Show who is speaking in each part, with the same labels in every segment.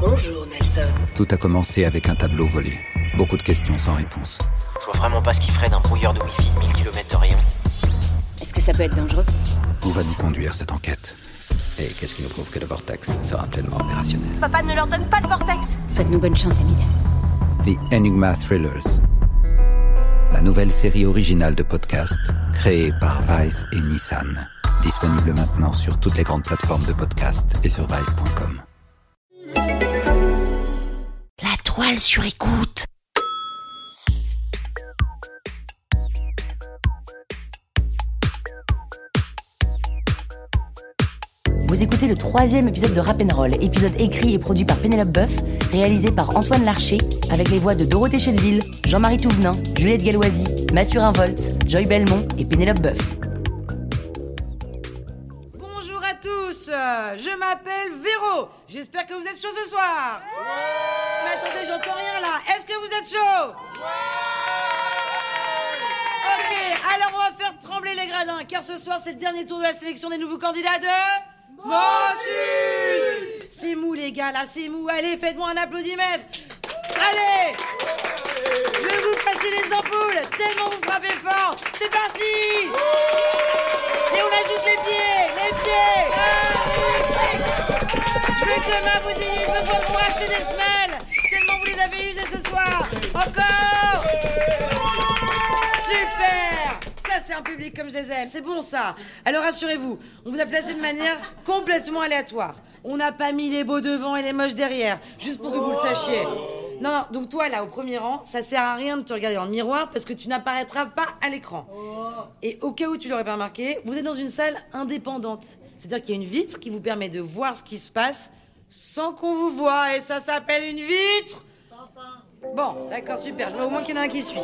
Speaker 1: Bonjour Nelson.
Speaker 2: Tout a commencé avec un tableau volé. Beaucoup de questions sans réponse.
Speaker 3: Je vois vraiment pas ce qu'il ferait d'un brouilleur de wifi de 1000 km de rayon.
Speaker 1: Est-ce que ça peut être dangereux
Speaker 2: On va nous conduire cette enquête.
Speaker 4: Et qu'est-ce qui nous prouve que le vortex sera pleinement opérationnel
Speaker 5: Papa ne leur donne pas le vortex.
Speaker 1: Souhaite-nous bonne chance, Amida.
Speaker 2: The Enigma Thrillers. La nouvelle série originale de podcast créée par Vice et Nissan. Disponible maintenant sur toutes les grandes plateformes de podcast et sur vice.com.
Speaker 6: La toile sur écoute.
Speaker 7: Vous écoutez le troisième épisode de Rap and Roll, épisode écrit et produit par Pénélope Boeuf, réalisé par Antoine Larcher, avec les voix de Dorothée Chelville, Jean-Marie Touvenin, Juliette Galloisi, Mathurin Voltz, Joy Belmont et Pénélope Boeuf.
Speaker 8: Bonjour à tous, euh, je m'appelle Véro. J'espère que vous êtes chaud ce soir. Mais attendez, j'entends rien là. Est-ce que vous êtes chaud Ok, alors on va faire trembler les gradins, car ce soir c'est le dernier tour de la sélection des nouveaux candidats de Motus. C'est mou les gars, là c'est mou. Allez, faites-moi un applaudimètre. Allez, je vais vous passer les ampoules, tellement vous frappez fort. C'est parti. Et on ajoute les pieds, les pieds Je vais demain vous ayez besoin de vous acheter des semelles Tellement vous les avez usées ce soir Encore Super Ça c'est un public comme je les aime, c'est bon ça Alors rassurez-vous, on vous a placé de manière complètement aléatoire. On n'a pas mis les beaux devant et les moches derrière, juste pour que vous le sachiez. Non, non, donc toi là au premier rang, ça sert à rien de te regarder dans le miroir parce que tu n'apparaîtras pas à l'écran. Et au cas où tu l'aurais pas remarqué, vous êtes dans une salle indépendante. C'est-à-dire qu'il y a une vitre qui vous permet de voir ce qui se passe sans qu'on vous voie. Et ça s'appelle une vitre Bon, d'accord, super. Je vois au moins qu'il y en a un qui suit.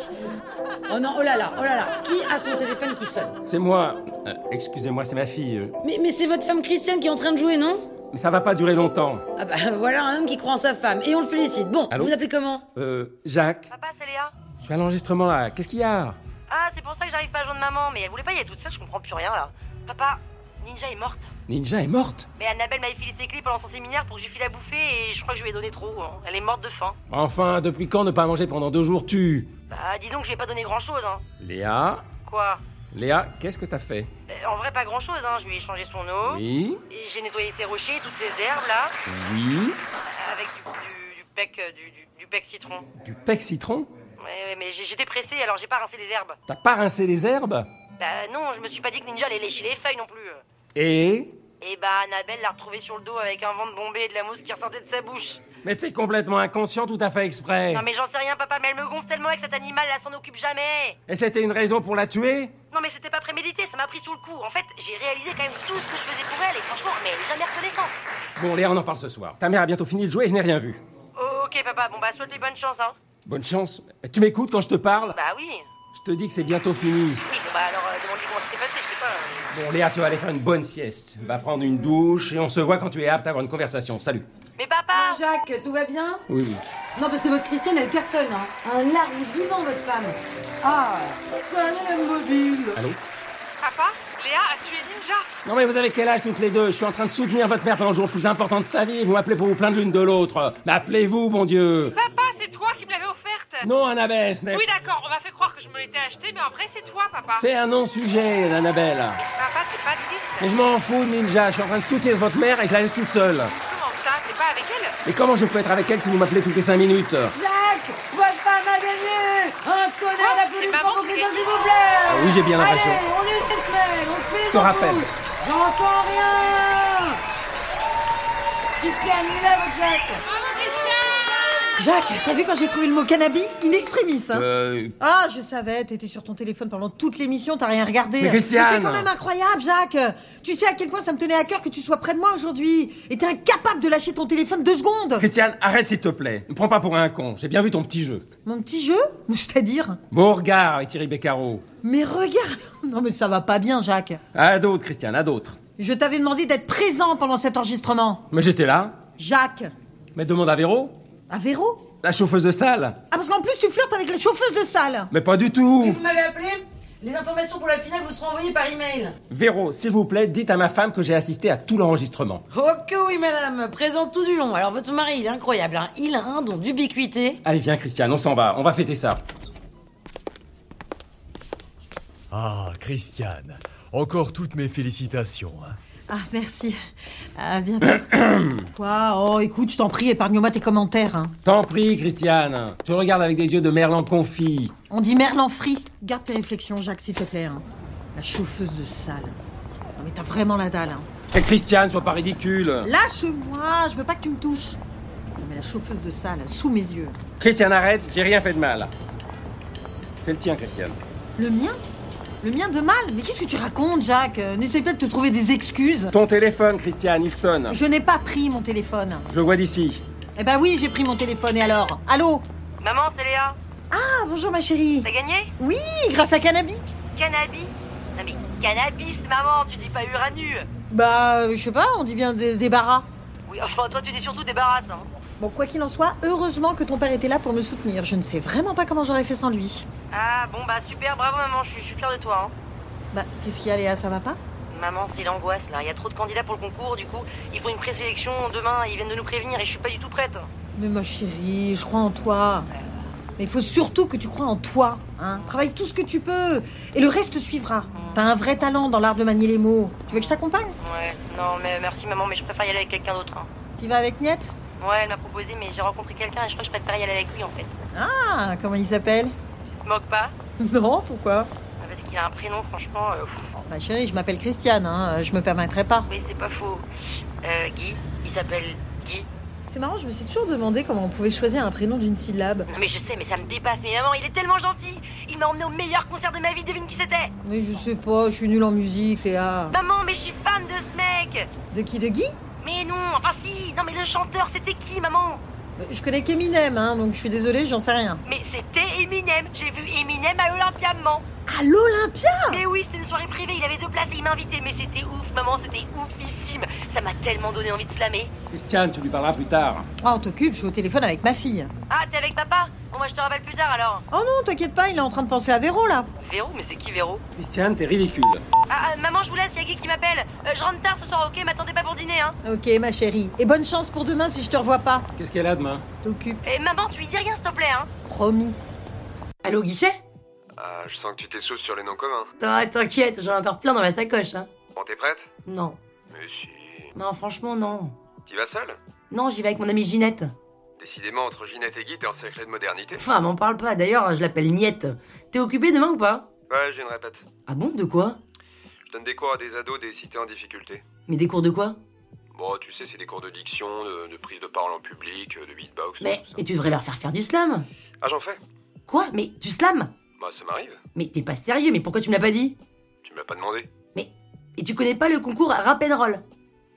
Speaker 8: Oh non, oh là là, oh là là. Qui a son téléphone qui sonne
Speaker 9: C'est moi. Euh, Excusez-moi, c'est ma fille. euh.
Speaker 8: Mais, mais c'est votre femme Christiane qui est en train de jouer, non
Speaker 9: Mais ça va pas durer longtemps.
Speaker 8: Ah bah voilà un homme qui croit en sa femme. Et on le félicite. Bon,
Speaker 9: Allô
Speaker 8: vous appelez comment
Speaker 9: Euh, Jacques
Speaker 5: Papa, c'est Léa.
Speaker 9: Je suis à l'enregistrement là. Qu'est-ce qu'il y a
Speaker 5: Ah, c'est pour ça que j'arrive pas à joindre maman, mais elle voulait pas y aller toute seule, je comprends plus rien là. Papa, Ninja est morte.
Speaker 9: Ninja est morte
Speaker 5: Mais Annabelle m'avait filé ses clés pendant son séminaire pour que je lui file à bouffer et je crois que je lui ai donné trop. hein. Elle est morte de faim.
Speaker 9: Enfin, depuis quand ne pas manger pendant deux jours tu
Speaker 5: Bah, dis donc, je lui ai pas donné grand chose, hein.
Speaker 9: Léa
Speaker 5: Quoi
Speaker 9: Léa, qu'est-ce que t'as fait
Speaker 5: Euh, En vrai, pas grand chose, hein. Je lui ai changé son eau.
Speaker 9: Oui
Speaker 5: Et j'ai nettoyé ses rochers, toutes ses herbes là,
Speaker 9: Oui
Speaker 5: avec du, du, du pec, euh, du, du, du pec citron.
Speaker 9: Du pec citron
Speaker 5: Ouais, ouais, mais j'ai- j'étais pressée alors j'ai pas rincé les herbes.
Speaker 9: T'as pas rincé les herbes
Speaker 5: Bah, non, je me suis pas dit que Ninja allait lécher les feuilles non plus. euh.
Speaker 9: Et
Speaker 5: Et bah, Annabelle l'a retrouvé sur le dos avec un vent de Bombay et de la mousse qui ressortait de sa bouche.
Speaker 9: Mais t'es complètement inconscient tout à fait exprès
Speaker 5: Non mais j'en sais rien papa, mais elle me gonfle tellement avec cet animal, elle s'en occupe jamais
Speaker 9: Et c'était une raison pour la tuer
Speaker 5: Non mais c'était pas prémédité, ça m'a pris sous le coup. En fait, j'ai réalisé quand même tout ce que je faisais pour elle et franchement, mais elle est jamais reconnaissante.
Speaker 9: Bon Léa, on en parle ce soir. Ta mère a bientôt fini de jouer et je n'ai rien vu.
Speaker 5: Oh, ok papa, bon bah souhaite les bonnes chances hein.
Speaker 9: Bonne chance. Tu m'écoutes quand je te parle
Speaker 5: Bah oui.
Speaker 9: Je te dis que c'est bientôt fini.
Speaker 5: Oui, bon bah alors euh, demande-lui comment ça s'est passé, je sais pas. euh.
Speaker 9: Bon, Léa, tu vas aller faire une bonne sieste. Va prendre une douche et on se voit quand tu es apte à avoir une conversation. Salut.
Speaker 5: Mais papa
Speaker 8: Jacques, tout va bien
Speaker 9: Oui, oui.
Speaker 8: Non, parce que votre Christiane, elle cartonne, hein. Un large vivant, votre femme. Ah, ça elle est mobile.
Speaker 9: Allô
Speaker 5: Papa Léa a tué Ninja
Speaker 9: Non, mais vous avez quel âge toutes les deux Je suis en train de soutenir votre mère dans le jour le plus important de sa vie. et Vous m'appelez pour vous plaindre l'une de l'autre. Mais appelez-vous, mon Dieu
Speaker 5: Papa, c'est toi qui me l'avais offerte
Speaker 9: Non, Annabelle, ce n'est
Speaker 5: d'accord, on m'a fait croire que je me l'étais acheté, mais en vrai c'est toi papa
Speaker 9: C'est un non-sujet, Annabelle.
Speaker 5: Papa, c'est
Speaker 9: Mais je m'en fous de Ninja, je suis en train de soutenir votre mère et je la laisse toute seule.
Speaker 5: Comment ça T'es pas avec elle
Speaker 9: Mais comment je peux être avec elle si vous m'appelez toutes les 5 minutes
Speaker 8: Jacques, votre femme a venu Un tonnerre d'applaudissements pour Christian, s'il vous plaît
Speaker 9: Ah oui, j'ai bien l'impression.
Speaker 8: Allez, on est des semaines, on se fait les
Speaker 9: Te
Speaker 8: embrouilles.
Speaker 9: rappelle.
Speaker 8: J'entends rien Christian, il est là, votre Jacques
Speaker 10: Jacques, t'as vu quand j'ai trouvé le mot cannabis In extremis, hein
Speaker 9: Euh,
Speaker 10: Ah, je savais, t'étais sur ton téléphone pendant toute l'émission, t'as rien regardé.
Speaker 9: Mais Christiane
Speaker 10: C'est quand même incroyable, Jacques Tu sais à quel point ça me tenait à cœur que tu sois près de moi aujourd'hui Et t'es incapable de lâcher ton téléphone deux secondes
Speaker 9: Christiane, arrête s'il te plaît. Ne me prends pas pour un con, j'ai bien vu ton petit jeu.
Speaker 10: Mon petit jeu C'est-à-dire
Speaker 9: Beau regard avec Thierry Beccaro.
Speaker 10: Mais regarde Non mais ça va pas bien, Jacques
Speaker 9: À d'autres, Christiane, à d'autres.
Speaker 10: Je t'avais demandé d'être présent pendant cet enregistrement
Speaker 9: Mais j'étais là.
Speaker 10: Jacques
Speaker 9: Mais demande à Véro,
Speaker 10: À Véro
Speaker 9: la chauffeuse de salle.
Speaker 10: Ah, parce qu'en plus, tu flirtes avec la chauffeuse de salle
Speaker 9: Mais pas du tout
Speaker 8: Vous m'avez appelé Les informations pour la finale vous seront envoyées par email.
Speaker 9: Véro, s'il vous plaît, dites à ma femme que j'ai assisté à tout l'enregistrement.
Speaker 8: Oh que oui, madame, présent tout du long. Alors, votre mari, il est incroyable, hein. Il a un don d'ubiquité.
Speaker 9: Allez, viens, Christiane, on s'en va, on va fêter ça.
Speaker 11: Ah, Christiane, encore toutes mes félicitations. hein.
Speaker 10: Ah, merci. À bientôt. Quoi Oh, écoute, je t'en prie, épargne-moi tes commentaires. hein.
Speaker 9: T'en prie, Christiane. Tu regardes avec des yeux de merlan confit.
Speaker 10: On dit Merlan frit. Garde tes réflexions, Jacques, s'il te plaît. hein. La chauffeuse de salle. Non, mais t'as vraiment la dalle. hein.
Speaker 9: Et Christiane, sois pas ridicule.
Speaker 10: Lâche-moi, je veux pas que tu me touches. Non, mais la chauffeuse de salle, sous mes yeux.
Speaker 9: Christiane, arrête, j'ai rien fait de mal. C'est le tien, Christiane.
Speaker 10: Le mien Le mien de mal Mais qu'est-ce que tu racontes, Jacques Euh, N'essaie pas de te trouver des excuses.
Speaker 9: Ton téléphone, Christiane, il sonne.
Speaker 10: Je n'ai pas pris mon téléphone.
Speaker 9: Je le vois d'ici.
Speaker 10: Eh ben oui, j'ai pris mon téléphone, et alors Allô
Speaker 5: Maman, c'est Léa.
Speaker 10: Ah, bonjour ma chérie.
Speaker 5: T'as gagné
Speaker 10: Oui, grâce à Cannabis.
Speaker 5: Cannabis Non mais cannabis, maman, tu dis pas uranus
Speaker 10: Bah, euh, je sais pas, on dit bien des, des barras.
Speaker 5: Oui, enfin, toi, tu dis surtout débarrasse, hein.
Speaker 10: Bon, quoi qu'il en soit, heureusement que ton père était là pour me soutenir. Je ne sais vraiment pas comment j'aurais fait sans lui.
Speaker 5: Ah, bon, bah super, bravo, maman, je suis- je suis fière de toi, hein.
Speaker 10: Bah, qu'est-ce qu'il y a, Léa Ça va pas
Speaker 5: Maman, c'est l'angoisse là. Il y a trop de candidats pour le concours, du coup, ils font une présélection demain. Ils viennent de nous prévenir et je suis pas du tout prête.
Speaker 10: Mais ma chérie, je crois en toi. Mais il faut surtout que tu crois en toi. Hein. Travaille tout ce que tu peux. Et le reste
Speaker 5: Mm.
Speaker 10: suivra. T'as un vrai talent dans l'art de manier les mots. Tu veux que je t'accompagne
Speaker 5: Ouais, non, mais merci maman, mais je préfère y aller avec quelqu'un d'autre. hein.
Speaker 10: Tu vas avec Niette
Speaker 5: Ouais, elle m'a proposé, mais j'ai rencontré quelqu'un et je crois que je préfère y aller avec lui en fait.
Speaker 10: Ah, comment il s'appelle
Speaker 5: Tu te moques pas
Speaker 10: Non, pourquoi Oh,
Speaker 5: Ah, Parce qu'il a un prénom, franchement. euh, pff,
Speaker 10: Ma chérie, je m'appelle Christiane. Hein. Je me permettrai pas.
Speaker 5: oui, c'est pas faux. Euh, Guy, il s'appelle Guy.
Speaker 10: C'est marrant, je me suis toujours demandé comment on pouvait choisir un prénom d'une syllabe.
Speaker 5: Non, mais je sais, mais ça me dépasse. Mais maman, il est tellement gentil. Il m'a emmené au meilleur concert de ma vie. Devine qui c'était
Speaker 10: Mais je sais pas, je suis nulle en musique, Léa.
Speaker 5: Maman, mais je suis fan de ce mec.
Speaker 10: De qui De Guy
Speaker 5: Mais non, enfin si. Non, mais le chanteur, c'était qui, maman
Speaker 10: Euh, Je connais qu'Eminem, hein, donc je suis désolée, j'en sais rien.
Speaker 5: Mais c'était Eminem. J'ai vu Eminem à Olympia, maman.
Speaker 10: À l'Olympia
Speaker 5: Mais Eh oui, c'était une soirée privée. Il avait deux places et il m'invitait. Mais c'était ouf, maman. C'était oufissime. Ça m'a tellement donné envie de slammer.
Speaker 9: Christiane, tu lui parleras plus tard.
Speaker 10: Ah, on t'occupe, je suis au téléphone avec ma fille.
Speaker 5: Ah, t'es avec papa Bon, moi, je te rappelle plus tard alors.
Speaker 10: Oh non, t'inquiète pas, il est en train de penser à Véro là.
Speaker 5: Véro, mais c'est qui Véro
Speaker 9: Christiane, t'es ridicule.
Speaker 5: ah, ah, maman, je vous laisse. Il y a Guy qui m'appelle. Euh, je rentre tard ce soir, ok M'attendez pas pour dîner, hein.
Speaker 10: Ok, ma chérie. Et bonne chance pour demain si je te revois pas.
Speaker 9: Qu'est-ce qu'elle a demain
Speaker 10: T'occupe,
Speaker 5: Et Eh, maman, tu lui dis rien, s'il te plaît, hein.
Speaker 10: promis.
Speaker 12: Allô, guichet
Speaker 13: Ah, je sens que tu t'essouffles sur les noms communs.
Speaker 12: T'in- T'inquiète, j'en ai encore plein dans ma sacoche. Hein.
Speaker 13: Bon, t'es prête
Speaker 12: Non.
Speaker 13: Mais si.
Speaker 12: Non, franchement, non.
Speaker 13: T'y vas seule
Speaker 12: Non, j'y vais avec mon amie Ginette.
Speaker 13: Décidément, entre Ginette et Guy, t'es encerclée de modernité.
Speaker 12: Enfin, m'en parle pas. D'ailleurs, je l'appelle Niette. T'es occupée demain ou pas
Speaker 13: Ouais, j'ai une répète.
Speaker 12: Ah bon, de quoi
Speaker 13: Je donne des cours à des ados des cités en difficulté.
Speaker 12: Mais des cours de quoi
Speaker 13: Bon, tu sais, c'est des cours de diction, de, de prise de parole en public, euh, de beatbox.
Speaker 12: Mais,
Speaker 13: tout ça.
Speaker 12: mais tu devrais leur faire faire du slam.
Speaker 13: Ah, j'en fais
Speaker 12: Quoi Mais du slam
Speaker 13: Bah, ça m'arrive.
Speaker 12: Mais t'es pas sérieux, mais pourquoi tu me l'as pas dit
Speaker 13: Tu me l'as pas demandé.
Speaker 12: Et tu connais pas le concours rap and roll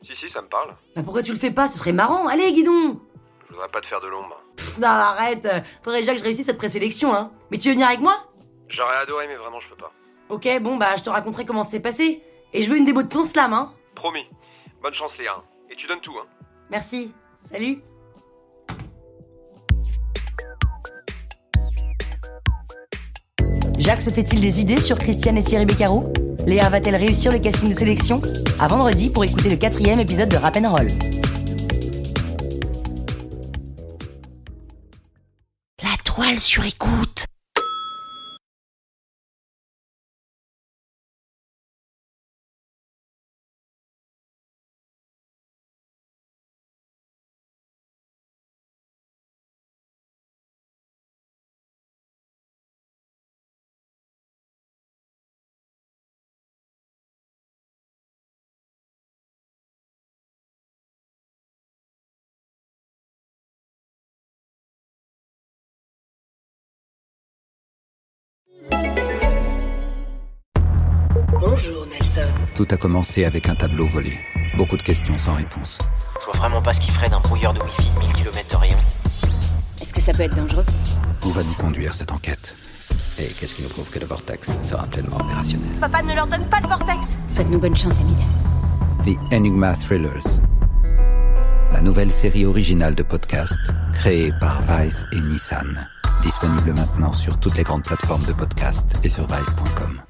Speaker 13: Si, si, ça me parle.
Speaker 12: Bah pourquoi tu le fais pas Ce serait marrant. Allez, Guidon
Speaker 13: Je voudrais pas te faire de l'ombre.
Speaker 12: Pff, non, arrête. Faudrait déjà que je réussisse cette présélection, hein. Mais tu veux venir avec moi
Speaker 13: J'aurais adoré, mais vraiment, je peux pas.
Speaker 12: Ok, bon, bah je te raconterai comment c'est passé. Et je veux une démo de ton slam, hein.
Speaker 13: Promis. Bonne chance, Léa. Et tu donnes tout, hein.
Speaker 12: Merci. Salut.
Speaker 7: Jacques se fait-il des idées sur Christiane et Thierry Beccaro Léa va-t-elle réussir le casting de sélection À vendredi pour écouter le quatrième épisode de Rap and Roll.
Speaker 6: La toile sur écoute.
Speaker 1: Bonjour Nelson.
Speaker 2: Tout a commencé avec un tableau volé. Beaucoup de questions sans réponse.
Speaker 3: Je vois vraiment pas ce qu'il ferait d'un brouilleur de wifi de 1000 km de rayon.
Speaker 1: Est-ce que ça peut être dangereux
Speaker 2: On va nous conduire cette enquête.
Speaker 4: Et qu'est-ce qui nous prouve que le vortex sera pleinement opérationnel
Speaker 14: Papa ne leur donne pas le vortex.
Speaker 1: Souhaite-nous bonne chance, Amidel.
Speaker 2: The Enigma Thrillers. La nouvelle série originale de podcast créée par Vice et Nissan. Disponible maintenant sur toutes les grandes plateformes de podcast et sur vice.com.